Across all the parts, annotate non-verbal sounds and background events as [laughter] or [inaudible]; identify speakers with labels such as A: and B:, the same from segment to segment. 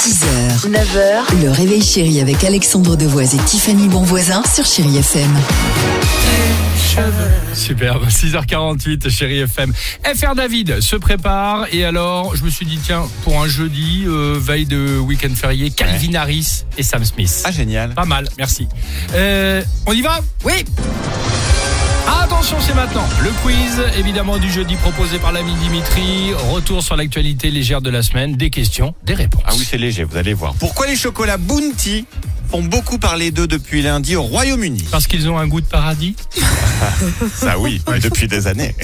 A: 6h, 9h, le réveil chéri avec Alexandre Devoise et Tiffany Bonvoisin sur Chéri FM.
B: Superbe, [laughs] 6h48, chérie FM. FR David se prépare et alors je me suis dit tiens pour un jeudi euh, veille de week-end férié Calvin Harris et Sam Smith.
C: Ah génial.
B: Pas mal, merci. Euh, on y va Oui Attention, c'est maintenant le quiz, évidemment, du jeudi proposé par l'ami Dimitri. Retour sur l'actualité légère de la semaine, des questions, des réponses.
C: Ah oui, c'est léger, vous allez voir. Pourquoi les chocolats Bounty font beaucoup parler d'eux depuis lundi au Royaume-Uni
B: Parce qu'ils ont un goût de paradis
C: Ah, Ça oui, mais depuis des années.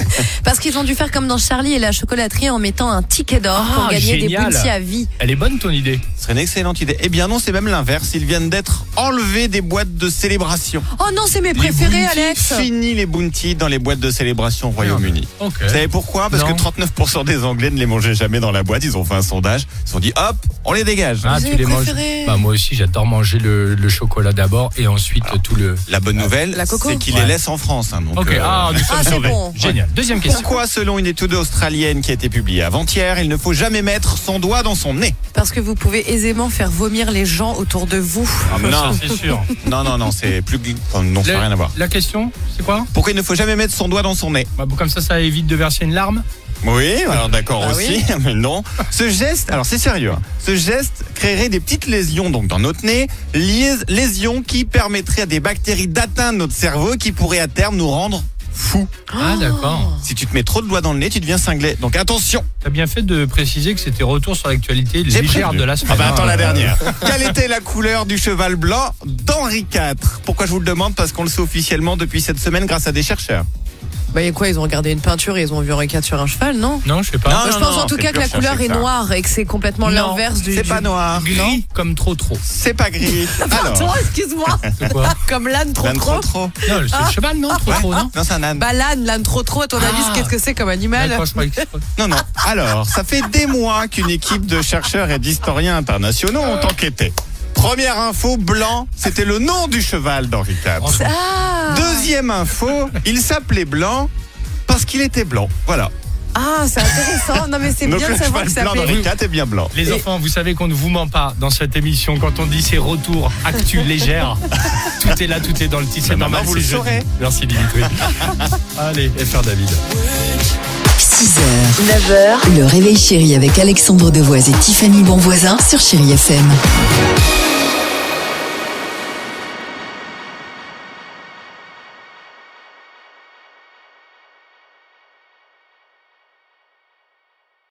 D: Parce qu'ils ont dû faire comme dans Charlie et la chocolaterie en mettant un ticket d'or
B: Ah,
D: pour gagner
B: génial.
D: des bounties à vie.
B: Elle est bonne ton idée
C: Ce serait une excellente idée. Eh bien non, c'est même l'inverse. Ils viennent d'être enlevés des boîtes de célébration.
D: Oh non, c'est mes préférés, Alex.
C: Fini les bounties dans les boîtes de célébration au Royaume-Uni.
B: Ok.
C: Vous savez pourquoi Parce
B: Non.
C: que 39% des Anglais ne les mangeaient jamais dans la boîte. Ils ont fait un sondage. Ils se sont dit, hop, on les dégage.
B: Ah,
D: Vous
B: tu
D: avez
B: les manges
D: préféré
B: Bah, moi aussi, j'adore manger le, le chocolat d'abord et ensuite
C: Ah.
B: euh, tout le.
C: La bonne nouvelle,
D: La coco.
C: c'est qu'ils
B: Ouais.
C: les laissent en France. hein, donc,
B: Ok,
C: euh,
B: ah, nous sommes
D: Ah, c'est
B: sauvés.
D: bon.
B: Génial. Deuxième question.
C: Pourquoi, selon une étude australienne qui a été publiée avant-hier, il ne faut jamais mettre son doigt dans son nez
D: Parce que vous pouvez aisément faire vomir les gens autour de vous.
C: Non,
B: Ah, bah, C'est sûr.
C: non, non, non, c'est plus. gl- enfin, non, ça n'a
B: La-
C: rien à voir.
B: La question, c'est quoi
C: Pourquoi il ne faut jamais mettre son doigt dans son nez
B: bah, Comme ça, ça évite de verser une larme.
C: Oui, alors d'accord
D: Bah
C: aussi, [laughs] mais non. Ce geste, alors c'est sérieux, hein. ce geste créerait des petites lésions donc dans notre nez, lies- lésions qui permettraient à des bactéries d'atteindre notre cerveau qui pourraient à terme nous rendre fous.
D: Oh.
B: Ah, d'accord.
C: Si tu te mets trop de doigts dans le nez, tu deviens cinglé. Donc attention
B: T'as bien fait de préciser que c'était retour sur l'actualité
C: J'ai
B: légère
C: prévenu.
B: de la semaine.
C: Ah bah attends
B: Euh,
C: la dernière. [laughs] Quelle était la couleur du cheval blanc d'Henri IV Pourquoi je vous le demande Parce qu'on le sait officiellement depuis cette semaine grâce à des chercheurs.
D: Bah, et quoi, ils ont regardé une peinture et ils ont vu un 4 sur un cheval, non
B: Non, je sais pas.
D: Moi,
C: Ah non,
D: Je pense
C: non,
D: en tout
C: c'est
D: cas que
C: plus
D: la
C: recherché
D: couleur
C: que
D: est
C: ça.
D: noire et que c'est complètement
B: Non,
D: l'inverse du.
C: C'est
D: du-
C: pas noir. non
B: Gris comme trop trop.
C: C'est
D: [laughs]
C: pas gris.
D: Pardon,
C: Alors, [laughs]
D: excuse-moi.
B: C'est quoi
D: Comme l'âne trop
C: l'âne
D: trop.
C: trop trop.
B: Non, c'est
D: Ah.
B: le cheval, non Trop trop, non
C: Non, c'est un âne.
D: Bah, l'âne, l'âne trop trop, à ton avis,
B: Ah.
D: qu'est-ce que c'est comme animal
B: D'accord, je croyais que c'était-
C: Non, non. Alors, ça fait des mois qu'une équipe de chercheurs et d'historiens internationaux ont enquêté. Première info, blanc, c'était le nom du cheval d'Henri IV.
D: Ah
C: Deuxième info, il s'appelait blanc parce qu'il était blanc. Voilà.
D: Ah, c'est intéressant. Non, mais c'est
C: Donc
D: bien de
C: le
D: savoir
C: cheval
D: que ça
C: blanc
D: fait.
C: d'Henri IV est bien blanc.
B: Les enfants, vous savez qu'on ne vous ment pas dans cette émission quand on dit c'est retour, actu
C: [laughs]
B: légère. tout est là, tout est dans le titre. C'est
C: Maintenant,
B: normal,
C: vous
B: c'est
C: le
B: jeudi.
C: saurez.
B: Merci Dimitri.
C: [laughs]
B: Allez, FR David.
A: 6h, 9h, le réveil chéri avec Alexandre Devoise et Tiffany Bonvoisin sur Chéri FM.